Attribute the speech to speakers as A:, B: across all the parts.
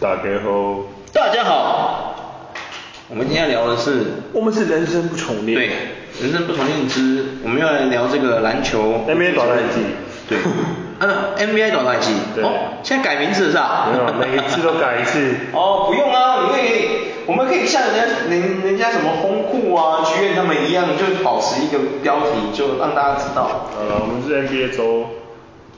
A: 打开后，
B: 大家好，我们今天要聊的是
C: 我们是人生不重练。
B: 对人生不重练之，我们要来聊这个篮球
A: NBA 倒带季
B: 对，嗯、NBA 倒带季，
A: 对
B: 哦，现在改名字了是吧？
A: 没有每一次都改一次
B: 哦，不用啊，你可以，我们可以像人家人人家什么轰库啊、曲苑他们一样，就保持一个标题，就让大家知道。
A: 呃，我们是 NBA 周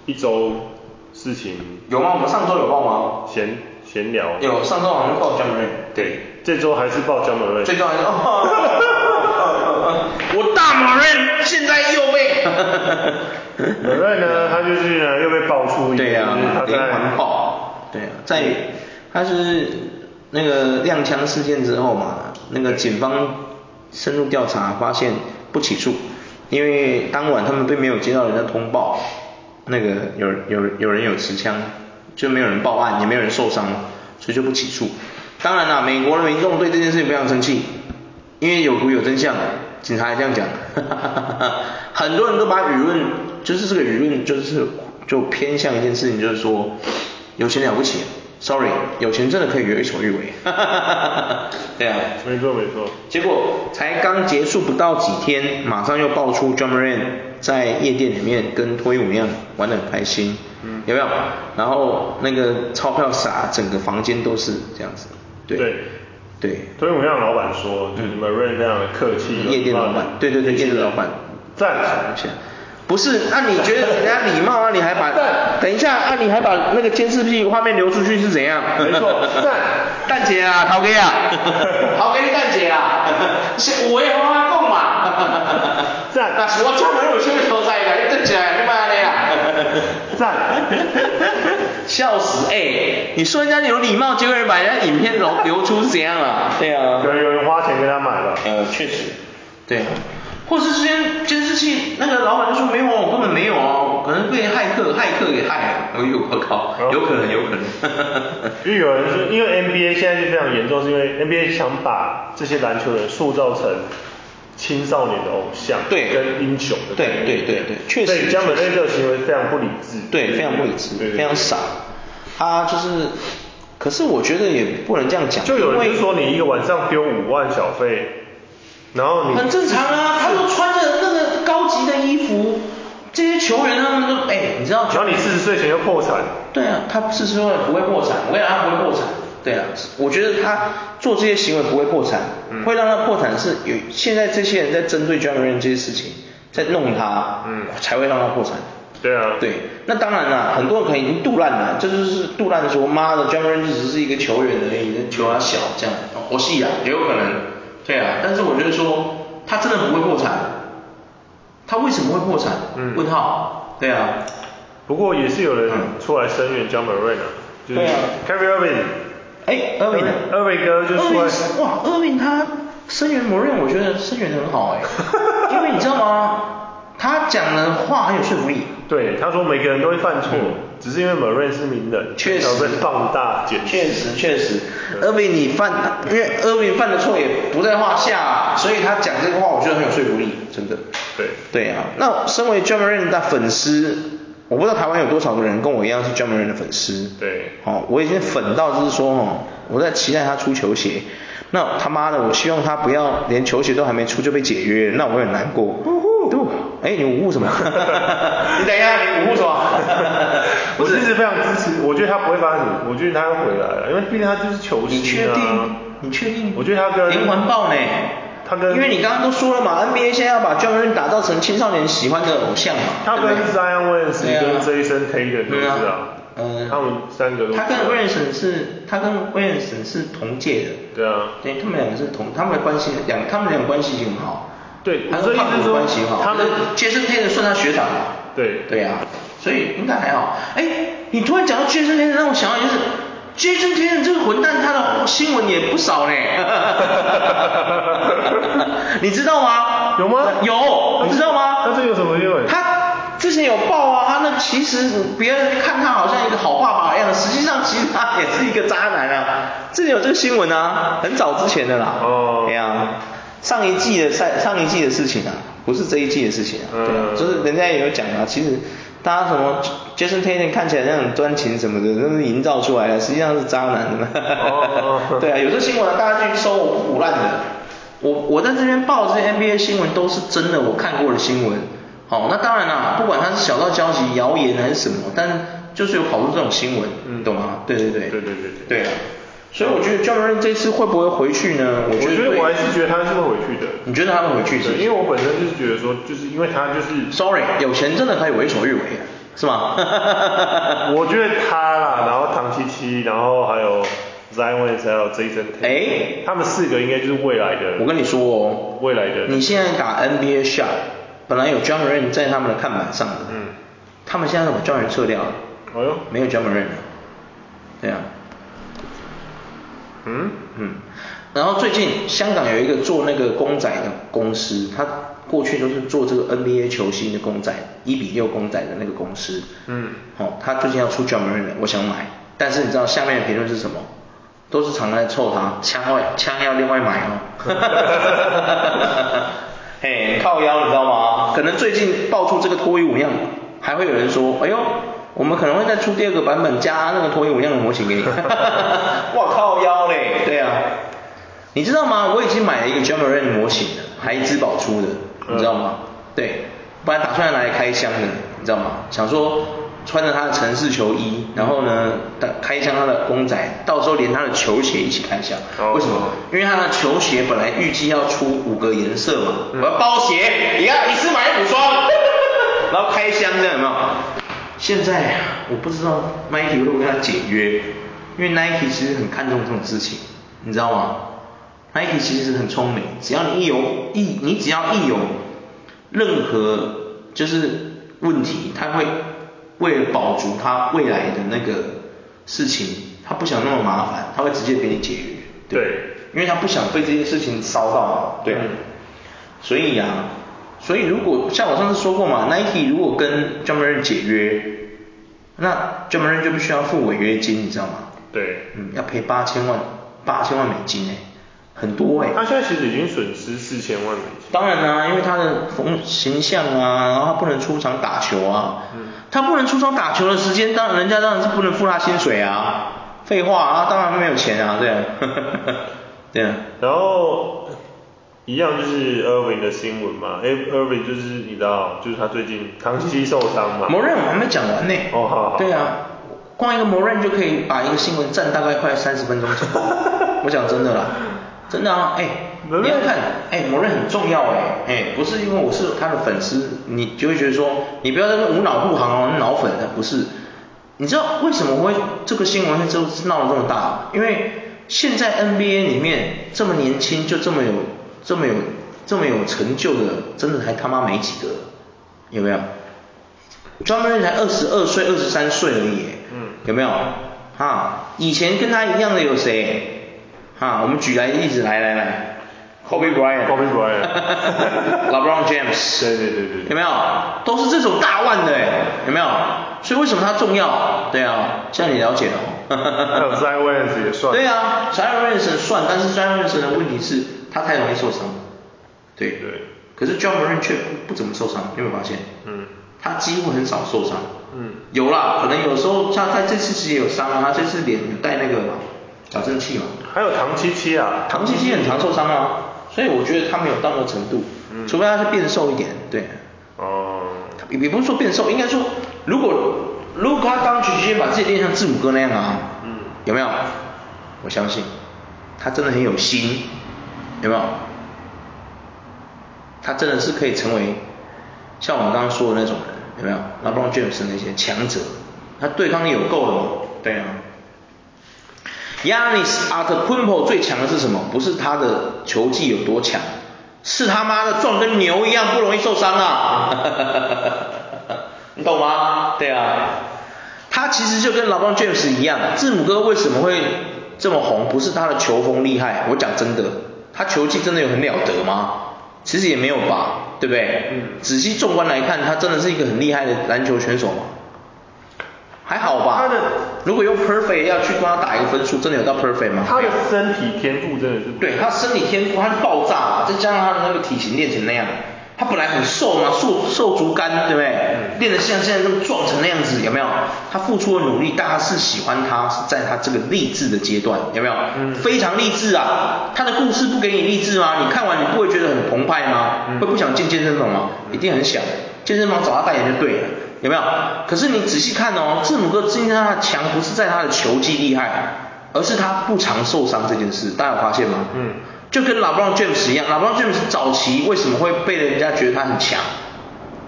A: 一周事情
B: 有吗？我们上周有报吗？
A: 闲闲聊，
B: 有，上周好像报 j a m
A: 对，这周还是爆江门瑞，
B: 最重 要是哦，我大马人现在又被，
A: 门瑞呢，他就是呢又被爆出一个，
B: 对呀、
A: 就是嗯他
B: 连环
A: 在
B: 爆，对啊，在他是那个亮枪事件之后嘛，那个警方深入调查发现不起诉，因为当晚他们并没有接到人家通报，那个有有有人有持枪，就没有人报案，也没有人受伤，所以就不起诉。当然啦，美国的民众对这件事情非常生气，因为有图有真相，警察还这样讲， 很多人都把舆论，就是这个舆论就是就偏向一件事情，就是说有钱了不起，sorry，有钱真的可以为所欲为， 对啊，
A: 没错没错，
B: 结果才刚结束不到几天，马上又爆出 John Moran 在夜店里面跟脱衣舞一样玩得很开心，
A: 嗯
B: 有没有？然后那个钞票撒，整个房间都是这样子，对，
A: 对
B: 对
A: 所以我们让老板说，就是门瑞非常的客气，
B: 夜店老板，嗯对对对，夜店老板，
A: 赞
B: 而且不是，那、你觉得人家礼貌啊？你还把等一下啊？你还把那个监视器画面流出去是怎样？
A: 没错 赞
B: 蛋姐啊，陶哥啊， 陶哥你蛋姐啊，是我也跟我讲嘛，
A: 赞
B: 但是我专门有些所在啦，你蛋姐你妈的啊，
A: 赞
B: 笑死哎、你说人家有礼貌，结果你把人家影片流流出是怎样啊？对啊
A: 可能有人花钱给他买吧，
B: 呃，确实，对，或是之前监视器那个老板就说没有啊，我根本没有啊，可能被骇客骇客给害了，我有我靠，
A: 哦
B: 有可能有可 能，
A: 因为有人是因为 NBA 现在是非常严重，是因为 NBA 想把这些篮球人塑造成青少年的偶像，
B: 对
A: 跟英雄的概念，
B: 对对对对确实
A: 所以江本瑞这个行为非常不理智，
B: 对，非常不理智，
A: 对对对
B: 非常傻，他就是，可是我觉得也不能这样讲，
A: 就有
B: 因
A: 人
B: 为
A: 就说你一个晚上丢五万小费，然后你
B: 很正常啊，他都穿着那个高级的衣服，这些球员他们都哎，你知道
A: 然后你四十岁前就破产，
B: 对啊，他四十岁不会破产，我跟你讲，他不会破产。对啊，我觉得他做这些行为不会破产，
A: 嗯
B: 会让他破产是有现在这些人在针对 John Moran 这些事情，在弄他，
A: 嗯
B: 才会让他破产。
A: 对啊，
B: 对，那当然啦，很多人可能已经杜烂了，这就是杜烂说，妈的，John Moran 就只是一个球员而已，那球他小这样，我是啊，也有可能，对啊，但是我觉得说他真的不会破产，他为什么会破产？
A: 嗯
B: 问号，对啊，
A: 不过也是有人
B: 嗯
A: 出来声援江本瑞呢，就是
B: 对啊
A: Kyrie Irving，
B: 哎，厄敏，
A: 厄敏哥就出来
B: 厄敏哇，厄敏他声援某人，我觉得声援得 很好哎、因为你知道吗？他讲的话很有说服力。
A: 对，他说每个人都会犯错，
B: 嗯
A: 只是因为 m a r i n 是名人，
B: 确实
A: 然后被放大检视。
B: 确实确实，
A: 对
B: 厄敏你犯，因为厄敏犯的错也不在话下、啊所以他讲这个话，我觉得很有说服力，真的。
A: 对
B: 对啊，那身为 j a m a r a n 的粉丝，我不知道台湾有多少个人跟我一样是 j a m a r a n 的粉丝。
A: 对？
B: 哦，我已经粉到就是说，哦，我在期待他出球鞋。那他妈的，我希望他不要连球鞋都还没出就被解约，那我会很难过。呜呼！哎，你呜呼什么？你等一下，你呜呼什 么
A: 我其实非常支持，我觉得他不会发生什么，我觉得他会回来啊了，因为毕竟他就是球星啊。
B: 你确定？你确定？
A: 我觉得他跟
B: 连环爆呢？
A: 他跟
B: 因为你刚刚都说了嘛，NBA 现在要把 j o h n 打造成青少年喜欢的偶像嘛。
A: 他跟
B: 对不对
A: Zion Williamson
B: 对啊
A: 跟 Jason Tatum 都是啊
B: 对啊，嗯，
A: 他们三个都是啊
B: 他跟 Williamson 是，他跟 Williamson 是同届的。
A: 对啊
B: 对，他们两个是同，他们的关系两，他们两个关系已经很好。
A: 对
B: 他
A: 我的
B: 跟
A: 意思
B: 胖
A: 是
B: 虎
A: 说
B: 关系好，
A: 他们
B: 杰森 Tatum 算他学长嘛。
A: 对
B: 对啊，所以应该还好。哎，你突然讲到杰森 Tatum，让我想到就是。杰森·天这个混蛋，他的新闻也 不少呢。你知道吗？
A: 有吗
B: 有，你知道吗？
A: 那这有什么新闻
B: 他之前有报啊，他那其实别人看他好像一个好爸爸一样，实际上其实他也是一个渣男啊。之前有这个新闻啊，很早之前的啦。
A: 哦
B: 哎呀、上一季的赛，上一季的事情啊，不是这一季的事情啊。
A: 嗯
B: 对啊，就是人家也有讲啊，其实大家什么 Jason Tatum 看起来那很专情什么的，那是营造出来的，实际上是渣男。
A: 哦哦
B: 对啊，有这新闻大家去搜，我不胡乱的。我我在这边报这些 NBA 新闻都是真的，我看过的新闻。好，那当然啦，不管它是小道消息、谣言还是什么，但就是有跑出这种新闻，
A: 嗯
B: 懂吗？对对对，
A: 对对对
B: 对啊。所以我觉得 j o r d 这次会不会回去呢？我
A: 我
B: 觉得嗯
A: 觉
B: 对
A: 得我还是觉得他是会回去的，
B: 你觉得他会回去是不
A: 对，
B: 是？
A: 因为我本身就是觉得说，就是因为他就是
B: ，sorry，有钱真的可以为所欲为，是吗？
A: 我觉得他啦，然后唐七七，然后还有 Zion，还有 Jason，Tatum，
B: 哎
A: 他们四个应该就是未来的，
B: 我跟你说哦，
A: 未来的
B: 你现在打 NBA shot，本来有 j o h n r a n 在他们的看板上的，
A: 嗯，
B: 他们现在都把 j o h n 撤掉了，
A: 哎呦，
B: 啊没有 j o h n r a n 了，对啊，
A: 嗯，
B: 嗯，然后最近香港有一个做那个公仔的公司，他过去都是做这个 NBA 球星的公仔，一比六公仔的那个公司，
A: 嗯
B: 哦，他最近要出 j o h n r a n 了，我想买，但是你知道下面的评论是什么？都是常在凑他，枪外枪要另外买哦。 嘿，靠腰你知道吗？可能最近爆出这个脱衣舞样，还会有人说，哎呦，我们可能会再出第二个版本加那个脱衣舞样的模型 给你。哇靠腰嘞，对啊，你知道吗？我已经买了一个 j a m a r a n 模型了，还支宝出的，你知道吗？对，本来打算拿来开箱的，你知道吗？想说穿着他的城市球衣，然后呢，打开箱他的公仔，到时候连他的球鞋一起开箱。
A: 哦
B: 为什么？因为他的球鞋本来预计要出五个颜色嘛，我要包鞋，你看一次买五双， 然后开箱这样有没有？现在啊我不知道 Nike 会不会跟他解约，因为 Nike 其实很看重这种事情，你知道吗？Nike 其实很聪明，只要你一有一你只要一有任何就是问题，他会为了保足他未来的那个事情，他不想那么麻烦，他会直接给你解约。
A: 对，
B: 因为他不想被这件事情烧到，对啊、
A: 嗯
B: 所以呀、所以如果像我上次说过嘛，Nike 如果跟 j a m a r 解约，那 j a m a r 就必须要付违约金，你知道吗？
A: 对，
B: 嗯，要赔八千万，八千万美金哎、很多哎、
A: 他现在其实已经损失四千万美金，
B: 当然啦、因为他的风形象啊，然后他不能出场打球啊，他不能出场打球的时间，当然人家当然是不能付他薪水啊，废话啊，当然没有钱啊，对 啊，对啊。
A: 然后一样就是 Irving 的新闻嘛，哎，Irving 就是你知道，就是他最近唐七七受伤嘛，
B: 某任我还没讲完呢。
A: 哦好好
B: 对啊，光一个某任就可以把一个新闻占大概快三十分钟 左右我讲真的啦，真的啊，哎、
A: 某任
B: 你要看，哎、某任很重要哎、哎、不是因为我是他的粉丝，你就会觉得说，你不要在那边无脑护航哦，你脑粉的不是。你知道为什么会这个新闻会这闹得这么大？因为现在 NBA 里面这么年轻就这么有这么有这么有成就的，真的还他妈没几个，有没有？专门才二十二岁、二十三岁而已耶，
A: 嗯
B: 有没有？啊，以前跟他一样的有谁？啊，我们举来例子，来来来，Kobe Bryant、
A: Kobe Bryant
B: LeBron James，
A: 对对对对
B: 有没有？都是这种大腕的耶，有没有？所以为什么他重要？对啊，这样你了解了
A: 还有
B: 哦。
A: Zion Williams 也算，
B: 对，啊 s i m o n Wilson 算，但是 s i m o n Wilson 的问题是他太容易受伤了，对
A: 对
B: 可是 John Moran 却不不怎么受伤，你有没有发现？
A: 嗯
B: 他几乎很少受伤。
A: 嗯
B: 有啦，可能有时候像在这次其实也有伤啊，他这次脸有带那个嘛矫正器嘛，
A: 还有唐七七啊，
B: 唐七七很常受伤啊，所以我觉得他没有到那个程度，
A: 嗯
B: 除非他是变瘦一点，对，
A: 哦，
B: 也也不是说变瘦，应该说如果如果他当局先把自己练像字母哥那样啊，
A: 嗯
B: 有没有？我相信他真的很有心，有没有？他真的是可以成为像我们刚刚说的那种人，有没有？LeBron James 那些强者，他对抗力有够了吗？对啊。Yanis Antetokounmpo 最强的是什么？不是他的球技有多强，是他妈的壮跟牛一样不容易受伤啊！ 你懂吗？对啊，他其实就跟 LeBron James 一样，字母哥为什么会这么红？不是他的球风厉害，我讲真的，他球技真的有很了得吗？其实也没有吧，对不对？
A: 嗯
B: 仔细纵观来看，他真的是一个很厉害的篮球选手吗？还好吧。
A: 他的
B: 如果用 perfect 要去帮他打一个分数，真的有到 perfect 吗？
A: 他
B: 没
A: 的
B: 有
A: 身体天赋真的是不
B: 对他身体天赋，他是爆炸，再加上他的那个体型练成那样，他本来很瘦嘛，瘦瘦竹竿，对不对？练得像现在这么壮成那样子，有没有？他付出了努力，大家是喜欢他，是在他这个励志的阶段，有没有？
A: 嗯
B: 非常励志啊！他的故事不给你励志吗？你看完你不会觉得很澎湃吗？会不想进健身房吗？一定很想，健身房找他代言就对了。有没有？可是你仔细看哦，字母哥今天他的强不是在他的球技厉害，而是他不常受伤这件事，大家有发现吗？
A: 嗯
B: 就跟 LeBron James 一样，LeBron James 早期为什么会被人家觉得他很强？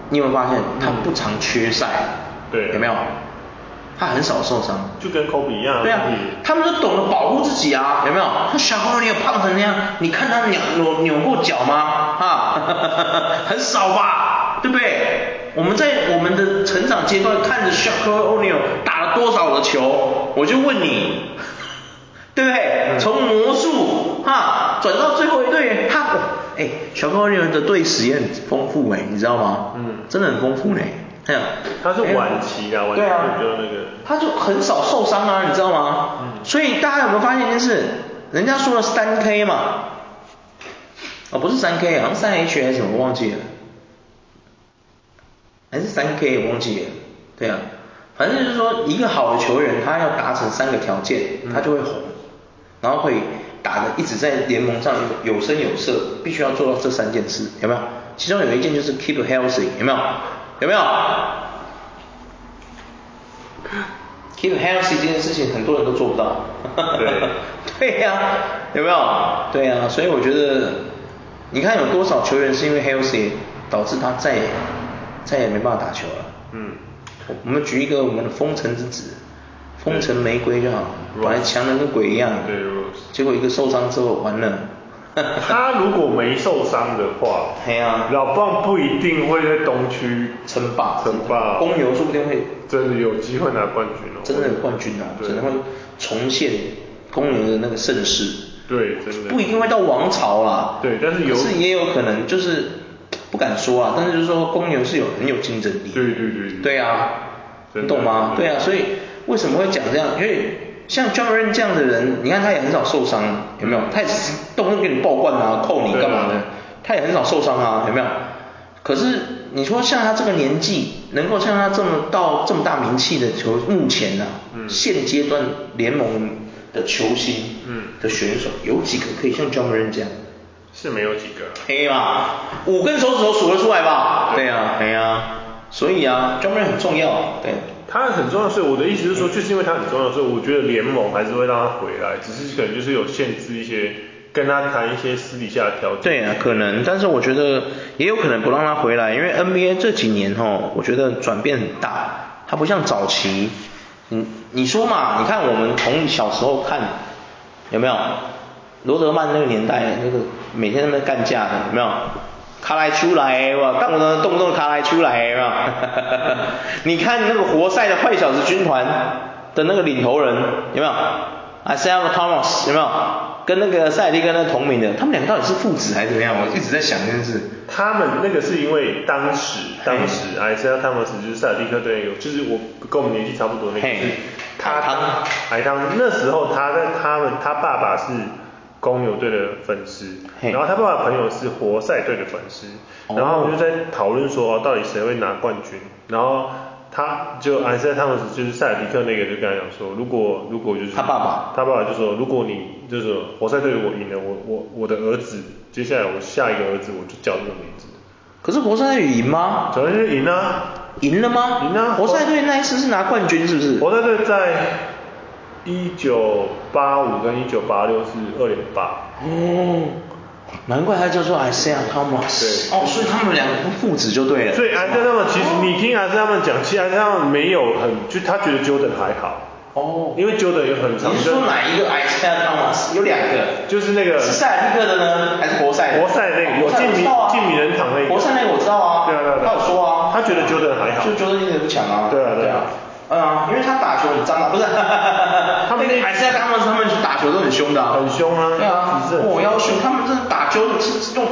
B: 你有没有发现他不常缺赛？
A: 对
B: 有没有？他很少受伤。
A: 就跟 Kobe 一样，
B: 对啊
A: Kobe，
B: 他们都懂得保护自己啊，有没有？他小朋友也有胖成那样，你看他扭扭扭过脚吗？啊， 很少吧，对不对？我们在我们的成长阶段看着 s h a q u O'Neal 打了多少的球，我就问你，对不
A: 嗯
B: 对？从魔术哈转到最后一队，哈，哎，小朋友的队史也很丰富哎、你知道吗？
A: 嗯
B: 真的很丰富呢、哎呀，
A: 他是
B: 哎呀
A: 晚期啊晚期
B: 对啊，
A: 比较那个
B: 他就很少受伤啊，你知道吗？
A: 嗯
B: 所以大家有没有发现一件事？人家说了三 K 嘛，哦，不是三 K，好像三 H 还是什么，我忘记了，还是三 K，我忘记了。对啊，反正就是说，一个好的球员，他要达成三个条件，他就会红，然后会打的一直在联盟上有有声有色，必须要做到这三件事，有没有？其中有一件就是 keep healthy，有没有？有没有？keep healthy 这件事情很多人都做不到。
A: 对
B: 对呀、有没有？对呀、所以我觉得，你看有多少球员是因为 healthy 导致他再也再也没办法打球了。
A: 嗯，
B: 我我们举一个我们的封城之子，封城玫瑰就好，
A: Rose
B: 本来强的跟鬼一样，
A: 对，Rose
B: 结果一个受伤之后完了。
A: 他如果没受伤的话，
B: 嘿呀
A: 老棒不一定会在东区
B: 称霸，
A: 称霸，
B: 公牛说不定会
A: 真的有机会拿冠军哦，
B: 真的有冠军啊，
A: 对
B: 可能会重现公牛的那个盛世。
A: 对，真的
B: 不一定会到王朝啦。
A: 对但是有
B: 可是也有可能就是不敢说啊，但是就是说公牛是有很有竞争力。
A: 对对对对
B: 对啊，
A: 真
B: 你
A: 的
B: 懂吗？
A: 真
B: 对
A: 的
B: 啊，所以为什么会讲这样？因为像 John r a n 这样的人，你看他也很少受伤，有没有？他也是动不动给你爆冠啊，扣你
A: 对啊
B: 干嘛的？他也很少受伤啊，有没有？可是你说像他这个年纪，能够像他这么到这么大名气的球，目前呢、啊，
A: 嗯
B: 现阶段联盟的球星，
A: 嗯
B: 的选手有几个可以像 John r a n 这样？
A: 是没有几个啊，
B: 黑嘛，五根手指头数得出来吧？对啊，对啊，所以啊，John r a n 很重要，对。
A: 他很重要，所以我的意思是说，就是因为他很重要，所以我觉得联盟还是会让他回来，只是可能就是有限制一些，跟他谈一些私底下的条件。
B: 对啊，可能，但是我觉得也有可能不让他回来，因为 NBA 这几年哦，我觉得转变很大，它不像早期，你你说嘛，你看我们从小时候看，有没有罗德曼那个年代，那个每天在那边干架的，有没有？卡来出来哇，动不动动不动卡来出来哇， 你看那个活塞的坏小子军团的那个领头人有没有？Isaiah Thomas 有没有？跟那个塞尔蒂跟那个同名的，他们两个到底是父子还是怎么样？我一直在想这件事。
A: 他们那个是因为当时当时艾塞汤姆斯就是塞尔蒂克队那个，就是我跟我们年纪差不多那个，
B: 嘿
A: 就是他
B: 海汤
A: 海汤那时候他在他们他爸爸是公牛队的粉丝，
B: 嘿
A: 然后他爸爸朋友是活塞队的粉丝，
B: 哦
A: 然后我们就在讨论说哦到底谁会拿冠军，然后。他就艾塞汤姆斯就是塞尔迪克那个，就跟他讲说，如果如果就是
B: 他爸爸
A: 他爸爸就说，如果你就是活塞队如果赢了，我我我的儿子，接下来我下一个儿子我就叫这个名字，
B: 可是活塞队有赢吗？
A: 主要就是赢啊！
B: 赢了吗？
A: 赢啊
B: 活塞队那一次是拿冠军是不是？
A: 活塞队在一九八五跟一九八六是二连八，
B: 哦，难怪他叫做 Isaiah Thomas。
A: 对
B: 哦，所以他们两个父子就对了。
A: 所以安塞他们其实你听安塞他们讲，其实安塞他们没有很，就他觉得 Jordan 还好，
B: 哦，
A: 因为 Jordan 有很长
B: 你是说哪一个哎 Isaiah Thomas？有两个，
A: 就是那个
B: 是塞尔蒂克的呢，还是活塞的？
A: 活塞那个有
B: 活塞
A: 进名
B: 我知道啊
A: 进名人堂那个
B: 活塞那个我知道啊，
A: 对啊对啊对啊
B: 他有说啊，
A: 他觉得 Jordan 还好
B: 就 Jordan 一点不强啊，
A: 对啊对啊
B: 对啊。嗯啊，因为他打球很脏啊，不是？哎他
A: 们那
B: 还是在他们他们打球都很凶的、啊，
A: 很凶啊
B: 对啊
A: 是，很
B: 我要凶，他们真的打球的是是用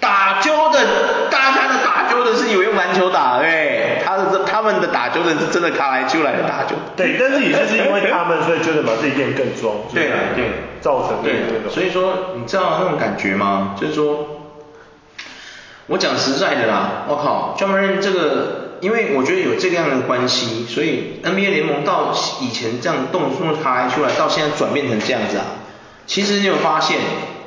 B: 打球的，大家的打球的是以为用篮球打，对，他的这他们的打球的是真的卡来就来的打球，
A: 对，但是也就是因为他们，所以 Jordan 把自己变更壮，就是
B: 对啊对
A: 造成的
B: 对啊
A: 那，种，
B: 所以说你知道那种感觉吗？就是说，我讲实在的啦，我靠，John Moran 这个，因为我觉得有这样的关系，所以 NBA 联盟到以前这样动作开出来，到现在转变成这样子啊。其实你有发现，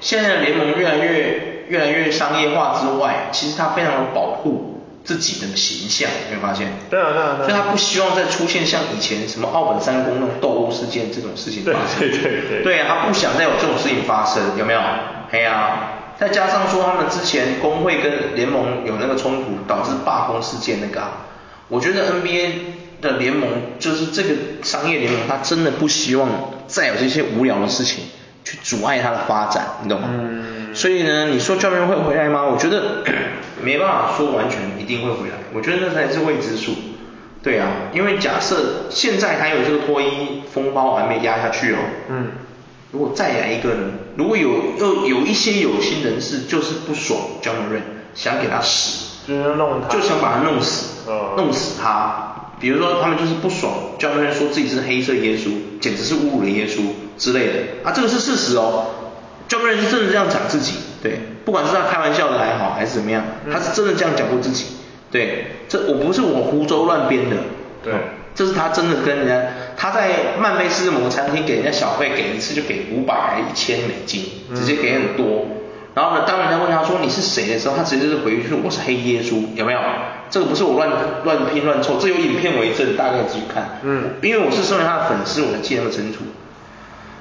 B: 现在的联盟越来越越来越商业化之外，其实它非常的保护自己的形象，有没有发现？
A: 对啊对啊对啊
B: 所以他不希望再出现像以前什么奥本山宫那种斗殴事件这种事情发生。
A: 对对对对
B: 对啊，他不想再有这种事情发生，有没有？嘿呀、再加上说他们之前工会跟联盟有那个冲突，导致罢工事件那个、啊，我觉得 NBA 的联盟就是这个商业联盟，他真的不希望再有这些无聊的事情去阻碍它的发展，你懂吗？
A: 嗯
B: 所以呢，你说教练会回来吗？我觉得 没办法说完全一定会回来，我觉得那才是未知数。对啊，因为假设现在还有这个脱衣风暴还没压下去哦，
A: 嗯，
B: 如果再来一个呢？如果有又有一些有心人士就是不爽 John m o r a n 想给他死，
A: 就是要弄他，
B: 就想把他弄死，
A: 嗯
B: 弄死他。比如说他们就是不爽 John m o r a n 说自己是黑色耶稣，简直是侮辱了耶稣之类的啊，这个是事实哦。John m o r a n 是真的这样讲自己，对，不管是他开玩笑的还好还是怎么样，
A: 嗯
B: 他是真的这样讲过自己，对，这我不是我胡诌乱编的，
A: 对
B: 嗯这是他真的跟人家，他在曼菲斯某个餐厅给人家小费，给一次就给五百还一千美金，直接给很多。然后呢，当人家问他说你是谁的时候，他直接就是回去我是黑耶稣，有没有？这个不是我乱乱拼乱凑，这有影片为证，大家可以自己看。
A: 嗯
B: 因为我是身为他的粉丝，我才记得那么清楚。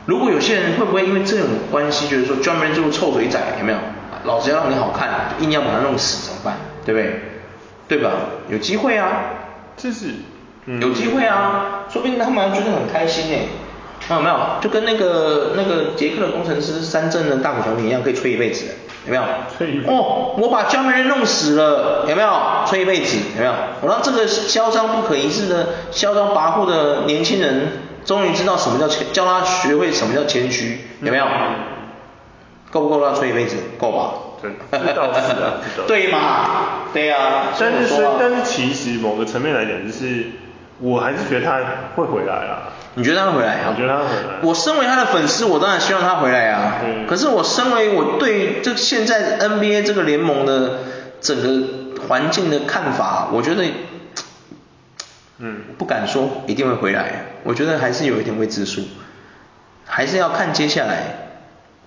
B: 如果有些人会不会因为这种关系，觉得说专门就是臭水仔，有没有？老子要让你好看，硬要把他弄死怎么办？对不对？对吧？有机会啊。
A: 这是嗯
B: 有机会啊，说不定他们还觉得很开心呢、看到没有？就跟那个那个捷克的工程师三镇的大谷翔平一样，可以吹一辈子，有没有？
A: 吹一辈子
B: 哦，我把江门人弄死了，有没有？吹一辈子，有没有？我让这个嚣张不可一世的、嚣张跋扈的年轻人，终于知道什么叫谦，教他学会什么叫谦虚，
A: 嗯
B: 有没有？够不够让他吹一辈子？够吧？
A: 对这倒是啊这倒是
B: 对嘛？对呀、啊。
A: 但是
B: 所以我
A: 所以
B: 说啊
A: 但是其实某个层面来讲，就是我还是觉得他会回来啦。
B: 你觉得他会回来啊？
A: 我觉得他会回来
B: 我身为他的粉丝，我当然希望他回来啊。
A: 嗯
B: 可是我身为我对这现在 NBA 这个联盟的整个环境的看法，我觉得
A: 嗯，
B: 不敢说一定会回来，我觉得还是有一点未知数，还是要看接下来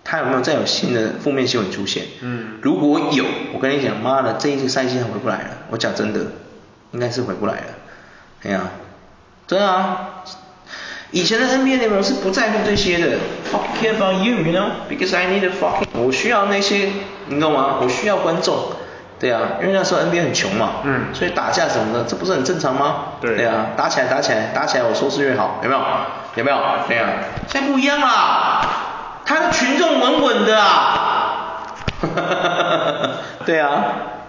B: 他有没有再有新的负面新闻出现。
A: 嗯
B: 如果有，我跟你讲，妈的，这一个赛季他回不来了。我讲真的，应该是回不来了。哎呀、真的啊，以前的 NBA 联盟是不在乎这些的，fucking care about you，you know，because I need a fucking，我需要那些，你懂吗？我需要观众。对啊，因为那时候 NBA 很穷嘛，
A: 嗯
B: 所以打架什么的，这不是很正常吗？
A: 对
B: 对啊，打起来，打起来，打起来，我收视越好，有没有？有没有？对啊，现在不一样啦，他的群众稳稳的啊， 对啊，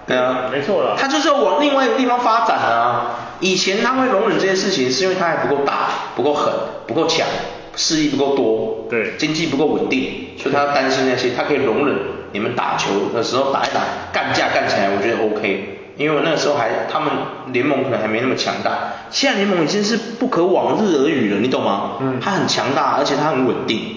B: 对啊，
A: 没错啦
B: 他就是要往另外一个地方发展啊。以前他会容忍这些事情，是因为他还不够大、不够狠、不够强，势力不够多，
A: 对
B: 经济不够稳定，所以他担心那些，他可以容忍你们打球的时候打一打，干架干起来，我觉得 OK。因为我那个时候还他们联盟可能还没那么强大，现在联盟已经是不可往日而语了，你懂吗？
A: 嗯
B: 他很强大，而且他很稳定，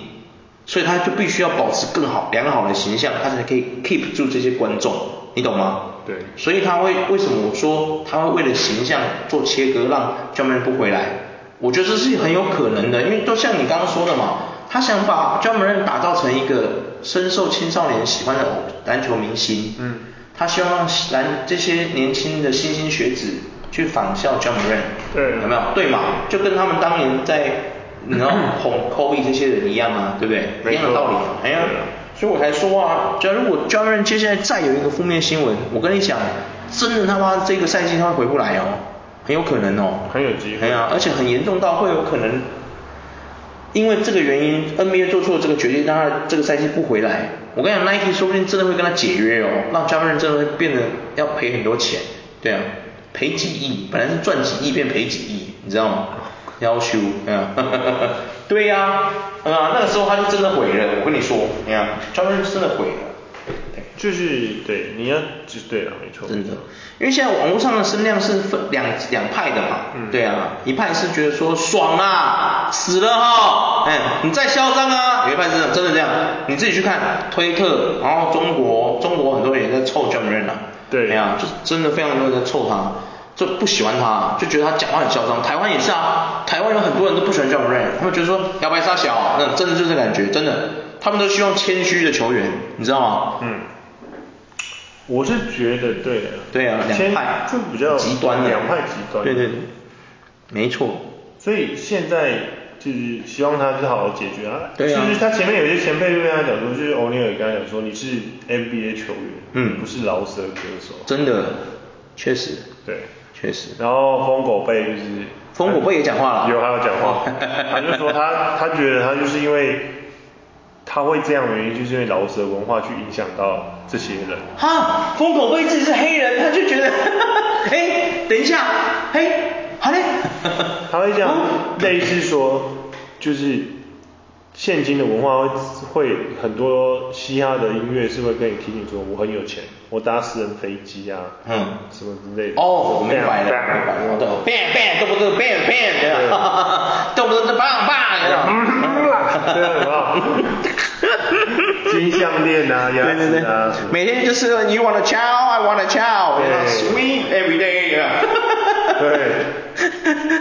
B: 所以他就必须要保持更好、良好的形象，他才可以 keep 住这些观众，你懂吗？
A: 对
B: 所以他会为什么我说他会为了形象做切割，让 j o h n m o r a n 不回来？我觉得这是很有可能的，因为就像你刚刚说的嘛，他想把 j o h n m o r a n 打造成一个深受青少年喜欢的偶篮球明星。
A: 嗯
B: 他希望让篮这些年轻的新兴学子去仿效 j o h n m o r a n
A: 对
B: 有没有？对嘛，就跟他们当 年在你知道捧 Kobe 这些人一样啊，对不对？一
A: 没错
B: 样的道理啊，哎呀
A: 对啊。
B: 所以我才说啊，假如果 j o h n 接下来再有一个负面新闻，我跟你讲，真的他妈这个赛季他会回不来哦，很有可能哦，
A: 很有机会
B: 哎呀，而且很严重到会有可能，因为这个原因，NBA 做出了这个决定，让他这个赛季不回来。我跟你讲，Nike 说不定真的会跟他解约哦，让 j o h n 真的会变得要赔很多钱，对啊，赔几亿，本来是赚几亿变赔几亿，你知道吗？要求，哎呀， 对呀、啊，嗯啊，那个时候他就真的毁了，我跟你说，哎呀 j o h n 真的毁了，对。
A: 就是对，你要就对了，没错，
B: 真的，因为现在网络上的声量是分两两派的嘛，
A: 嗯
B: 对啊，一派是觉得说爽啊，死了哈，哎，你再嚣张啊，有一派是真的这样，你自己去看推特，然后中国中国很多人也在臭 j o h n 啊，
A: 对
B: 哎呀，就真的非常多人在臭他，就不喜欢他，就觉得他讲话很嚣张。台湾也是啊，台湾有很多人都不喜欢 John Moran，他们觉得说摇摆撒小，那真的就是这感觉，真的，他们都希望谦虚的球员，你知道吗？
A: 嗯，我是觉得对的。
B: 对啊，两
A: 先
B: 派
A: 就比较
B: 极端的，
A: 两派极端。
B: 对对对，没错，
A: 所以现在就是希望他就是好好解决啊。
B: 对啊
A: 就是他前面有一些前辈就跟他讲说，就是欧尼尔跟他讲说，你是 NBA 球员，
B: 嗯
A: 不是饶舌歌手。
B: 真的，确实，
A: 对。
B: 确实。
A: 然后疯狗贝就是
B: 疯狗贝也讲话了，
A: 有他有讲话 他就说他他觉得他就是因为他会这样的原因，就是因为饶舌文化去影响到这些人。
B: 哈，疯狗贝自己是黑人，他就觉得，哎，等一下，嘿，好嘞，
A: 他会这 样
B: 哦，
A: 类似说，就是现今的文化会会很多嘻哈的音乐是会跟你提醒说，我很有钱，我搭私人飞机啊，
B: 嗯
A: 什么之类的。
B: 哦，我明白了，
A: 这样
B: 明白了，
A: 这样
B: 变变，动不动变变，这样哈哈哈 动不动就棒棒，这
A: 对啊有没 有金项链啊，
B: 对
A: 牙
B: 对
A: 齿啊，
B: 对，每天就是 you want a child, I want a child, you know,
A: 对
B: sweet every day，这样
A: 对，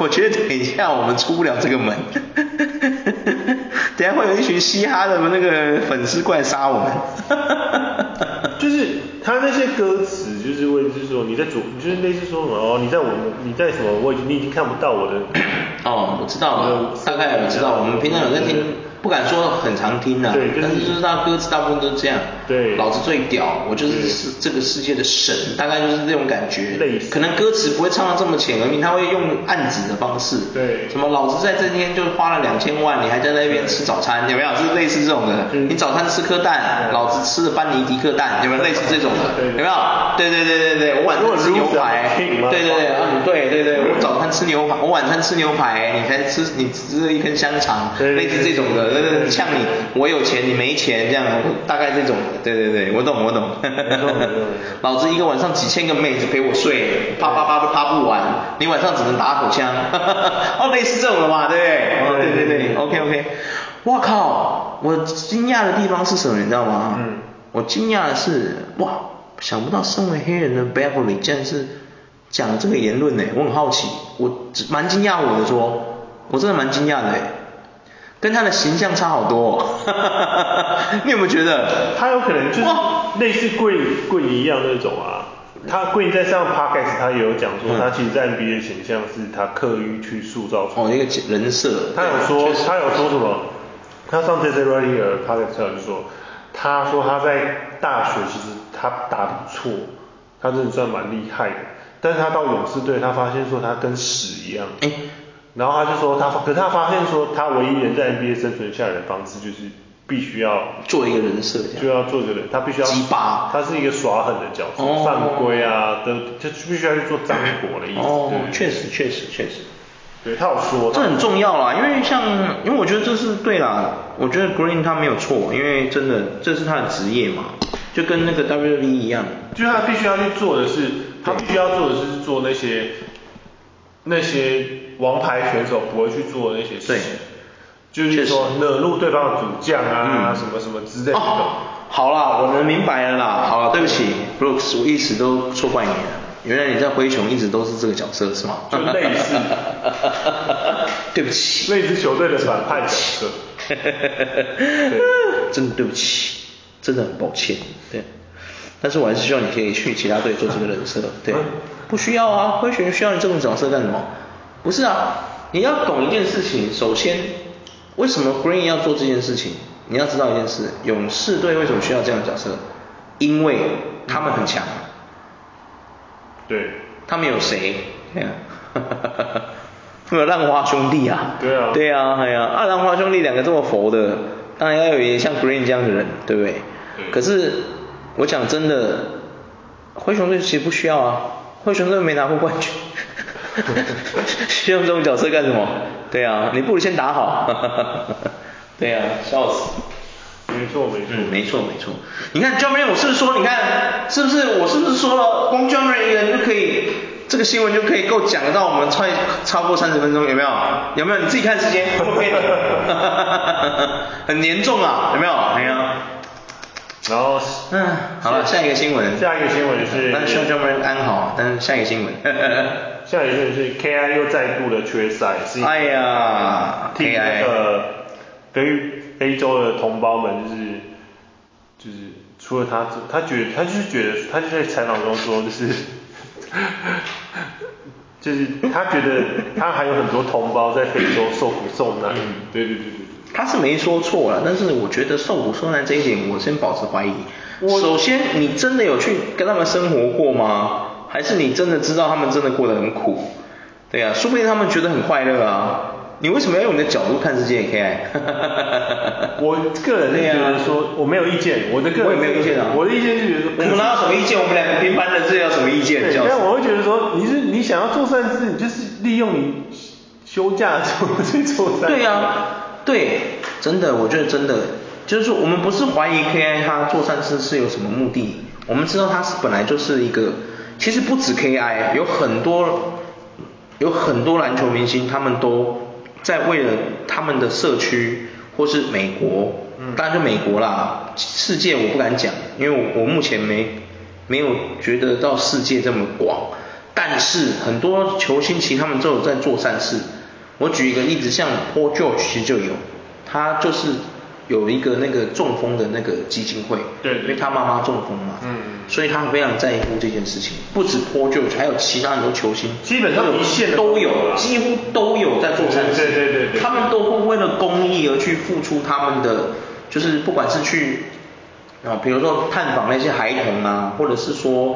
B: 我觉得等一下我们出不了这个门， 等一下会有一群嘻哈的那个粉丝过来杀我们。
A: 就是他那些歌词，就是会就是说你在左，就是类似说什么哦，你在我的，你在什么位置，你已经看不到我的。
B: 哦，我知道了，大概我知道，我们平常有在听，不敢说很常听啦、
A: 对就是
B: 但是就是他歌词大部分都是这样。
A: 对
B: 老子最屌，我就是
A: 对
B: 是这个世界的神，大概就是这种感觉。
A: 类似
B: 可能歌词不会唱到这么浅，而明他会用暗指的方式。
A: 对
B: 什么老子在这天就花了两千万，你还在那边吃早餐，有没有？就是类似这种的。
A: 嗯
B: 你早餐吃颗蛋，
A: 对
B: 老子吃了班尼迪克蛋，有没有类似这种的？
A: 对
B: 有没有？对对对对对，我晚
A: 如果
B: 上吃牛
A: loser
B: 排。
A: king 嘛
B: 对对对，嗯，对对对，我早餐吃牛排，我晚餐吃牛排，你还吃你吃了一根香肠，
A: 对
B: 类似这种的，对对对，像你我有钱你没钱这样，大概这种的，对对对，我懂我懂
A: 错没错没错。
B: 老子一个晚上几千个妹子陪我睡，啪啪啪都啪不完，你晚上只能打口枪， 哦，类似这种的嘛，对不哦对？
A: 对
B: 对对对
A: 对
B: ，OK OK。哇靠！我惊讶的地方是什么，你知道吗？
A: 嗯
B: 我惊讶的是，哇，想不到身为黑人的 Beverly 竟然是讲这个言论呢，我很好奇，我只蛮惊讶我的说，我真的蛮惊讶的欸，跟他的形象差好多、 哦，你有没有觉得？
A: 他有可能就是
B: 哇
A: 类似桂桂一样那种啊。他桂林在上 podcast，他也有讲说，
B: 嗯
A: 他其实在 NBA 形象是他刻意去塑造出来
B: 哦，
A: 的。
B: 一个人设，
A: 他有说，他有说什么？他上这次 r a l l y 的 podcast 上就说，他说他在大学其实他打得不错，他真的算蛮厉害的。但是他到勇士队，他发现说他跟屎一样。
B: 哎
A: 然后他就说他，可是他发现说他唯一能在 NBA 生存下来的方式就是必须要
B: 做一个人设这样，
A: 就要做这个，他必须要
B: 鸡巴
A: 他是一个耍狠的角色，
B: 哦
A: 犯规啊，都就必须要去做脏活的意思。对
B: 哦，确实，确实确实，
A: 对他有说，
B: 这很重要啦，因为像因为我觉得这是对啦，我觉得 Green 他没有错，因为真的这是他的职业嘛，就跟那个 WWE 一样，
A: 就是他必须要去做的是，他必须要做的是做那些那些王牌选手不会去做的那些
B: 对
A: 事，就是说惹怒对方的主将啊，什么什么之类的。
B: 嗯哦，好啦，我能明白了啦。好了，对不起，Brooks，我一直都错怪你了。原来你在灰熊一直都是这个角色是吗？
A: 就类似
B: 对不起，
A: 那支球队的反派角色，
B: 真的对不起，真的很抱歉。对，但是我还是希望你可以去其他队做这个人设。对，不需要啊，灰熊需要你这种角色干什么？不是啊，你要懂一件事情，首先，为什么 Green 要做这件事情？你要知道一件事，勇士队为什么需要这样的角色？因为他们很强。
A: 对，
B: 他们有谁？ 对啊，他们有浪花兄弟啊。
A: 对啊
B: 对啊，哎呀、啊，浪花兄弟两个这么佛的，当然要有一个像 Green 这样的人，对不对？
A: 对
B: 可是我讲真的，灰熊队其实不需要啊，灰熊队没拿过冠军， 需要这种角色干什么？对啊，你不如先打好。 对啊，笑死。
A: 没错没错。
B: 嗯，没错没错。你看 John Mayer，我是不是说，你看是不是我是不是说了，光 John Mayer 一个人就可以，这个新闻就可以够讲得到我们超超过三十分钟，有没有？有没有？你自己 看时间， 会不会很严重啊，有没有？没有。
A: 然后，
B: 嗯，好了，下一个新闻。
A: 下一个新闻是
B: 但希望专门安好，但是下一个新闻。
A: 下一个新闻是 KI 又再度的缺赛，是
B: 哎呀
A: 替那个非非洲的同胞们就是就是除了他之，他觉得他就是觉得他就在采访中说就是 就是他觉得他还有很多同胞在非洲受苦受难，
B: 嗯
A: 对对对对对。
B: 他是没说错啊了，但是我觉得受苦受难这一点，我先保持怀疑。首先，你真的有去跟他们生活过吗？还是你真的知道他们真的过得很苦？对啊，说不定他们觉得很快乐啊。你为什么要用你的角度看世界 ？K I，
A: 我个人是觉得说，我没有意见，我的个人
B: 啊我也没有意见啊
A: 我的意见是觉得说，
B: 我们哪有什么意见？我们两个平凡人，这要什么意见？
A: 对，
B: 叫
A: 但我会觉得说，你是你想要做善事，你就是利用你休假的时候 去做善事。
B: 对啊，对，真的，我觉得真的，就是说我们不是怀疑 K I 他做善事是有什么目的，我们知道他是本来就是一个，其实不止 K I，有很多有很多篮球明星，他们都在为了他们的社区或是美国，当然就美国啦，世界我不敢讲，因为我我目前没没有觉得到世界这么广，但是很多球星其实他们都有在做善事。我举一个例子，像 Paul George 其实就有，他就是有一个那个中风的那个基金会，
A: 对对
B: 因为他妈妈中风嘛，
A: 嗯
B: 所以他非常在乎这件事情。不止 Paul George，还有其他很多球星，
A: 基本上一线的
B: 都有
A: 都有，啦
B: 几乎都有在做善事，
A: 对对对对对
B: 他们都会为了公益而去付出他们的，就是不管是去啊，比如说探访那些孩童啊，或者是说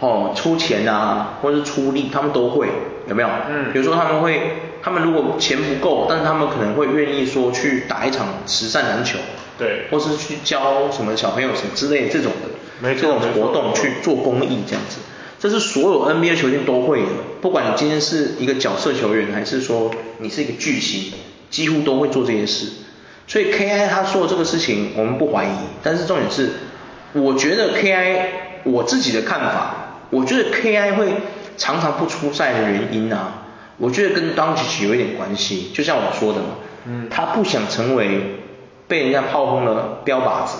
B: 哦出钱啊，或者是出力，他们都会有没有？
A: 嗯
B: 比如说他们会，他们如果钱不够，但是他们可能会愿意说去打一场慈善篮球，
A: 对
B: 或是去教什么小朋友什么之类这种的，
A: 没错
B: 这种
A: 没错
B: 活动去做公益这样子。这是所有 NBA 球星都会的，不管你今天是一个角色球员，还是说你是一个巨星，几乎都会做这些事。所以 KI 他说的这个事情，我们不怀疑，但是重点是，我觉得 KI 我自己的看法，我觉得 KI 会常常不出赛的原因啊，我觉得跟当局有一点关系，就像我说的嘛，
A: 嗯
B: 他不想成为被人家炮轰的标靶子。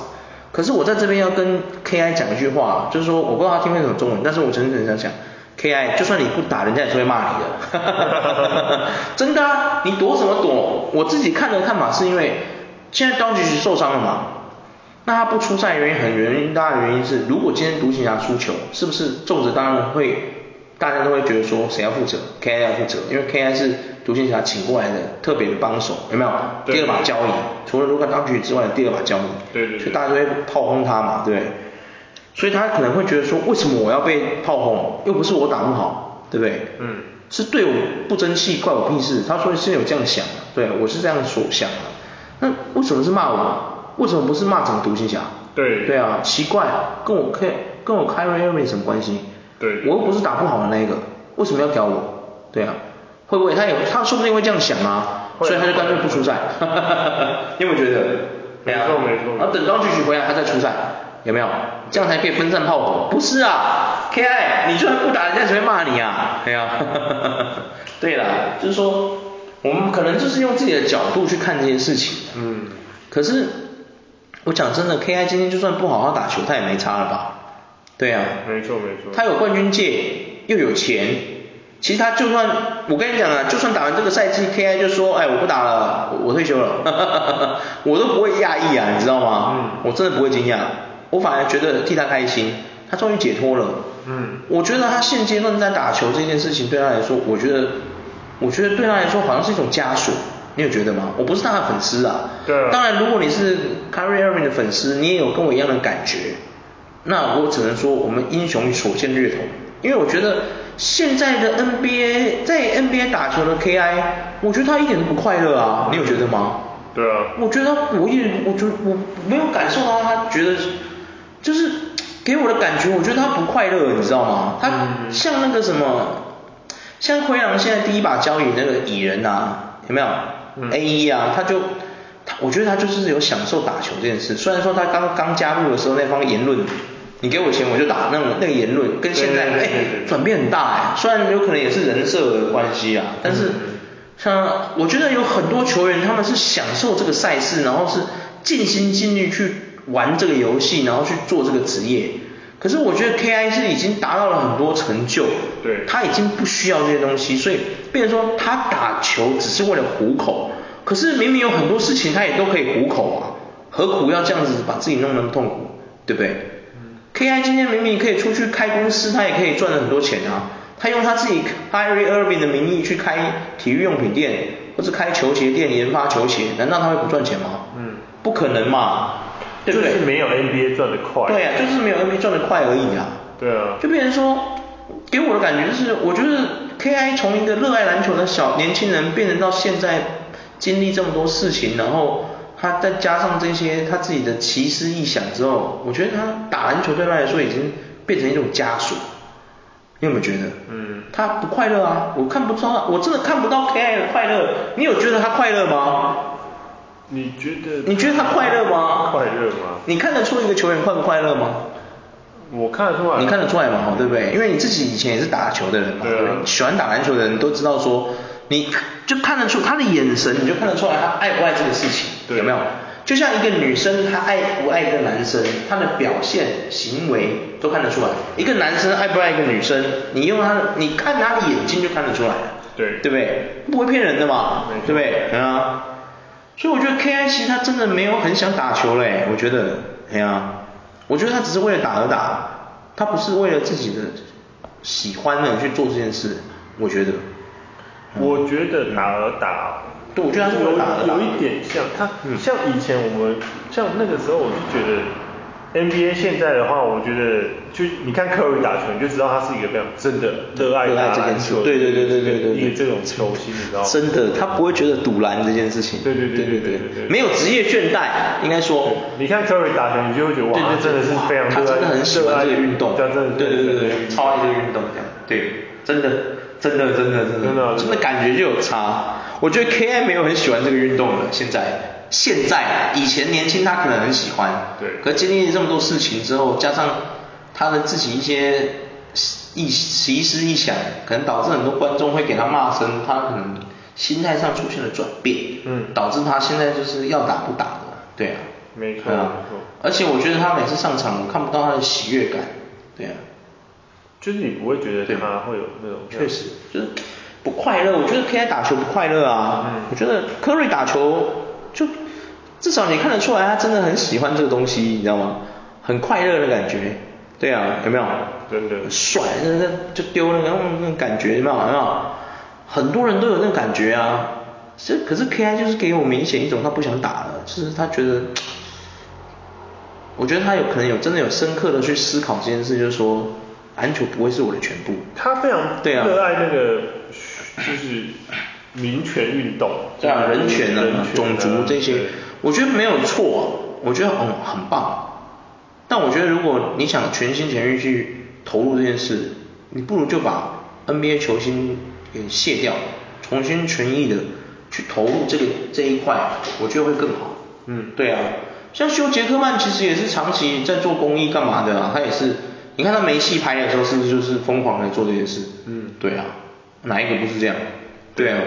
B: 可是我在这边要跟 KI 讲一句话，就是说我不知道他听不听得懂中文，但是我真的很想讲，KI 就算你不打，人家也是会骂你的， 真的啊，你躲什么躲？我自己看的看法是因为现在当局受伤了嘛，那他不出赛原因很原因大的原因是，如果今天独行侠输球，是不是重责当然会大家都会觉得说谁要负责？KI 要负责，因为 KI 是独行侠请过来的特别的帮手，有没有？
A: 对
B: 第二把交椅，除了卢卡当局之外的第二把交椅，
A: 对对对
B: 所以大家都会炮轰他嘛，对不对？所以他可能会觉得说，为什么我要被炮轰？又不是我打不好，对不对？
A: 嗯
B: 是对我不争气，怪我屁事。他说是有这样想的，对我是这样所想的。那为什么是骂我？为什么不是骂整个独行侠？
A: 对
B: 对啊，奇怪，跟我 K 跟我 Kyrie Irving 有什么关系？
A: 对
B: 我又不是打不好的那一个，为什么要屌我？对啊，会不会他也他说不定会这样想啊，
A: 会啊
B: 所以他就干脆不出赛。 你有没有觉得？对啊
A: 没错没错没错
B: 然后等到继续回来他再出赛，有没有？这样才可以分散炮火。不是啊，K I，你就算不打人家谁会骂你啊？对啊， 对啦，就是说我们可能就是用自己的角度去看这些事情。
A: 嗯，
B: 可是我讲真的，K I 今天就算不好好打球，他也没差了吧？对啊，
A: 没错没错。
B: 他有冠军戒，又有钱，其实他就算我跟你讲啊，就算打完这个赛季，K I 就说，哎，我不打了，我我退休了， 我都不会讶异啊，你知道吗？
A: 嗯
B: 我真的不会惊讶，我反而觉得替他开心，他终于解脱了。
A: 嗯
B: 我觉得他现阶段在打球这件事情对他来说，我觉得，我觉得对他来说好像是一种枷锁，你有觉得吗？我不是他的粉丝啊，
A: 对啊
B: 当然，如果你是 Kyrie Irving 的粉丝，你也有跟我一样的感觉，那我只能说我们英雄所见略同，因为我觉得现在的 NBA 在 NBA 打球的 KI，我觉得他一点都不快乐啊，你有觉得吗？
A: 对啊，
B: 我觉得我一点，我觉得我没有感受到他觉得，就是给我的感觉，我觉得他不快乐，你知道吗？他
A: 嗯
B: 像那个什么，像灰狼现在第一把交椅那个蚁人啊，有没有、
A: 嗯
B: a 一啊，他就他，我觉得他就是有享受打球这件事。虽然说他刚刚加入的时候那方言论，你给我钱我就打那种那个言论，跟现在
A: 对对对对
B: 哎
A: 对对
B: 转变很大哎，虽然有可能也是人设的关系啊，但是。
A: 嗯
B: 像我觉得有很多球员，他们是享受这个赛事，然后是尽心尽力去玩这个游戏，然后去做这个职业。可是我觉得 K I 是已经达到了很多成就，
A: 对
B: 他已经不需要这些东西，所以变成说他打球只是为了糊口。可是明明有很多事情他也都可以糊口啊，何苦要这样子把自己弄那么痛苦，对不对？K I 今天明明可以出去开公司，他也可以赚了很多钱啊。他用他自己 Harry Irving 的名义去开体育用品店，或者开球鞋店，研发球鞋，难道他会不赚钱吗？
A: 嗯，
B: 不可能嘛，对不对？
A: 就是没有 NBA 赚的快。
B: 对啊，就是没有 NBA 赚得快而已啊。
A: 对啊
B: 就变成说，给我的感觉就是，我觉得 KI 从一个热爱篮球的小年轻人，变成到现在经历这么多事情，然后他再加上这些他自己的奇思异想之后，我觉得他打篮球对他来说已经变成一种枷锁。你有没有觉得？
A: 嗯
B: 他不快乐啊，我看不到他，我真的看不到 KI 的快乐。你有觉得他快乐吗？
A: 你觉得？
B: 你觉得他快乐吗？
A: 快乐吗？
B: 你看得出一个球员快不快乐吗？
A: 我看得出来。
B: 你看得出来嘛，吼对不对？因为你自己以前也是打球的人嘛，
A: 啊对啊
B: 对不对喜欢打篮球的人都知道说，你就看得出他的眼神，你就看得出来他爱不爱这个事情，
A: 对
B: 有没有？就像一个女生，她爱不爱一个男生，她的表现、行为都看得出来。一个男生爱不爱一个女生，你用他的，你看他的眼睛就看得出来了，
A: 对
B: 对不对？不会骗人的嘛
A: 没，错
B: 对不对？嗯啊，所以我觉得 K I 其实他真的没有很想打球嘞，我觉得，哎呀、我觉得他只是为了打而打，他不是为了自己的喜欢而去做这件事，我觉得。
A: 我觉得打而打，
B: 对我觉得他是
A: 有
B: 打嗯而打
A: 嗯有一点像他，像以前我们像那个时候，我就觉得 NBA 现在的话，我觉得就你看 Curry 打球，你就知道他是一个非常真的热爱
B: 热爱
A: 打
B: 这
A: 篮
B: 件事
A: 球，，
B: 对对对对对对，
A: 一
B: 对
A: 个这种球星，你知道吗？
B: 真的，他不会觉得堵拦这件事情。
A: 哦对对对
B: 对
A: 对对
B: 对
A: 对对
B: 没有职业倦怠，应该说。
A: 你看 Curry 打球，你就会觉得哇，
B: 对对
A: 他真的是非常
B: 他
A: 热爱，
B: 真的很喜欢这个运动，
A: 对，他真的
B: 对对对对
A: 对
B: 对，超爱这个运动这样，对，真的真的真的真的
A: 真的真的
B: 感觉就有差。我觉得 K I 没有很喜欢这个运动了，现在现在以前年轻他可能很喜欢，
A: 对
B: 可经历这么多事情之后，加上他的自己一些意奇思异想，可能导致很多观众会给他骂声，他可能心态上出现了转变，
A: 嗯
B: 导致他现在就是要打不打的，对啊，
A: 没错
B: 对啊
A: 没错
B: 而且我觉得他每次上场，我看不到他的喜悦感。对啊，
A: 就是你不会觉得
B: 对
A: 他会有那种
B: 确实就是不快乐。我觉得 K I 打球不快乐啊。
A: 嗯
B: 我觉得科瑞打球就至少你看得出来，他真的很喜欢这个东西，你知道吗？很快乐的感觉。对啊，有没有？
A: 真的
B: 很帅，那那就丢了，然后那种感觉有没有？有没有？很多人都有那种感觉啊。这可是 K I 就是给我明显一种他不想打了，就是他觉得。我觉得他有可能有真的有深刻的去思考这件事，就是说，篮球不会是我的全部。
A: 他非常
B: 对啊
A: 热爱那个就是民权运动，
B: 对啊，人权啊、
A: 嗯人权
B: 种族这些
A: 对，
B: 我觉得没有错啊、我觉得嗯很棒。但我觉得如果你想全心全意去投入这件事，你不如就把 NBA 球星给卸掉，重新全意的去投入这个这一块，我觉得会更好。
A: 嗯
B: 对啊，像修杰克曼其实也是长期在做公益干嘛的啊，他也是，你看他没戏拍的时候是不是就是疯狂的做这件事？
A: 嗯
B: 对啊，哪一个不是这样？对啊，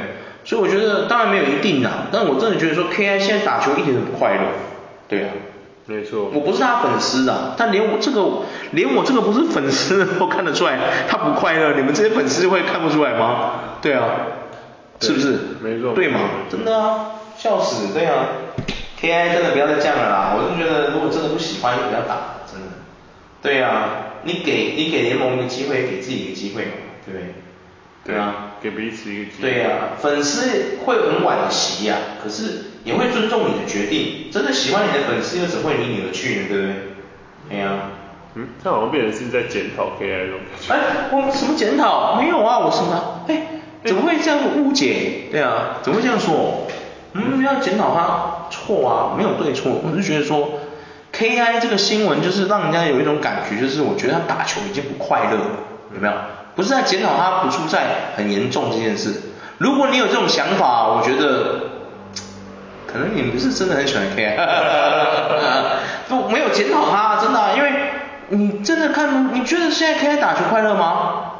B: 所以我觉得当然没有一定啦，但我真的觉得说 KI 现在打球一点都不快乐，对啊，
A: 没错，
B: 我不是他粉丝啊，但连我这个连我这个不是粉丝的都看得出来他不快乐，你们这些粉丝会看不出来吗？对啊，
A: 对
B: 是不是？
A: 没错
B: 对嘛
A: 没错没错，
B: 真的啊，笑死，对啊，KI 真的不要再这样了啦，我就觉得如果真的不喜欢就不要打，真的。对啊，你给你给联盟一个机会，给自己一个机会嘛，对不对？对啊。
A: 给彼此一个机会。
B: 对啊呀、粉丝会很惋惜呀、可是也会尊重你的决定。真的喜欢你的粉丝又怎会离你而去呢？对不对？哎呀、
A: 嗯，这好像变成是在检讨 KI 这种感觉。
B: 哎，我们什么检讨？没有啊，我什么？哎，怎么会这样误解？对啊，怎么会这样说？嗯，没有检讨他错啊，没有对错，我是觉得说，K I 这个新闻就是让人家有一种感觉，就是我觉得他打球已经不快乐了，有没有？不是在检讨他不出赛很严重这件事。如果你有这种想法，我觉得可能你们是真的很喜欢 K，不没有检讨他，真的啊、因为你真的看，你觉得现在 K 打球快乐吗？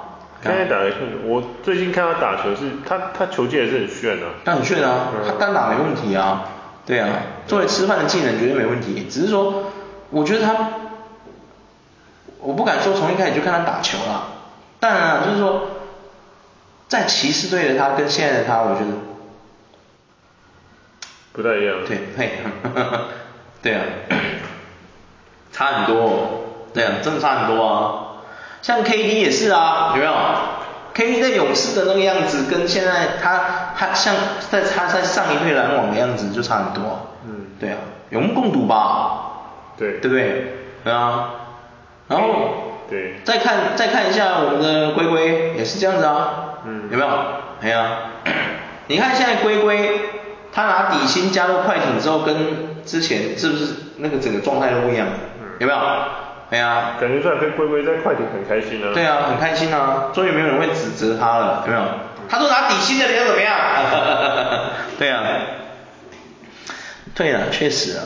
A: 现在打的看，我最近看他打球是，他他球技也是很炫啊。
B: 但很炫啊，他单打没问题啊，对啊，作为吃饭的技能绝对没问题，只是说我觉得他，我不敢说从一开始就看他打球啦，当然啊，就是说，在骑士队的他跟现在的他，我觉得
A: 不太一样。
B: 对，配，对啊， 差很多、哦，对啊，真的差很多啊。像 KD 也是啊，有没有？KD 在勇士的那个样子，跟现在他他像在他在上一队篮网的样子就差很多、啊。
A: 嗯
B: 对啊，有目共睹吧，
A: 对
B: 对不对？对啊，然后
A: 对
B: 再看再看一下我们的龟龟也是这样子啊，
A: 嗯
B: 有没有？哎呀、你看现在龟龟他拿底薪加入快艇之后，跟之前是不是那个整个状态都不一样？有没有？哎呀、
A: 感觉出来跟龟龟在快艇很开心啊。
B: 对啊，很开心啊，终于没有人会指责他了，有没有？他都拿底薪的，你要怎么样？ 对啊，对啊，确实啊，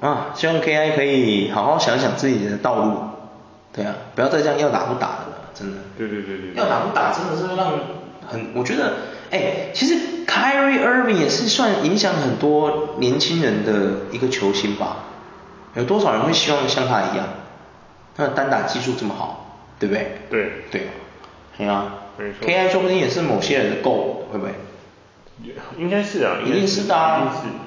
B: 啊，希望 KI 可以好好想想自己的道路，对啊，不要再这样要打不打的了，真的。
A: 对对对对对
B: 要打不打真的是会让很，我觉得，哎，其实 Kyrie Irving 也是算影响很多年轻人的一个球星吧。有多少人会希望像他一样？他的单打技术这么好，对不对？
A: 对
B: 对，对啊。
A: 没错
B: KI 说不定也是某些人的 goal，会不会？
A: 应该是啊，
B: 一定是的啊，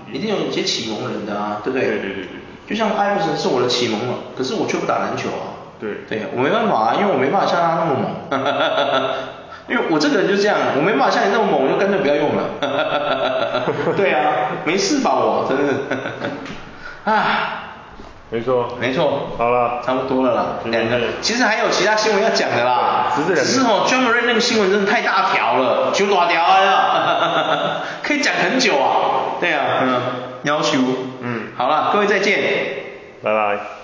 A: 一定是，
B: 定有一些启蒙人的啊，对不对？
A: 对对对对
B: 就像艾弗森是我的启蒙了，可是我却不打篮球啊。
A: 对
B: 对我没办法啊，因为我没办法像他那么猛，因为我这个人就这样，我没办法像你那么猛，我就干脆不要用了。对啊，没事吧我，真的。啊，
A: 没错，
B: 没错。
A: 好了
B: 差不多了啦，
A: 今
B: 两
A: 天
B: 个
A: 是。
B: 其实还有其他新闻要讲的啦，
A: 只是两个
B: 哦 j o h n m u r r a y 那个新闻真的太大条了，九大条啊，可以讲很久啊。对啊，嗯，要求。
A: 嗯
B: 好了，各位再见。
A: 拜拜。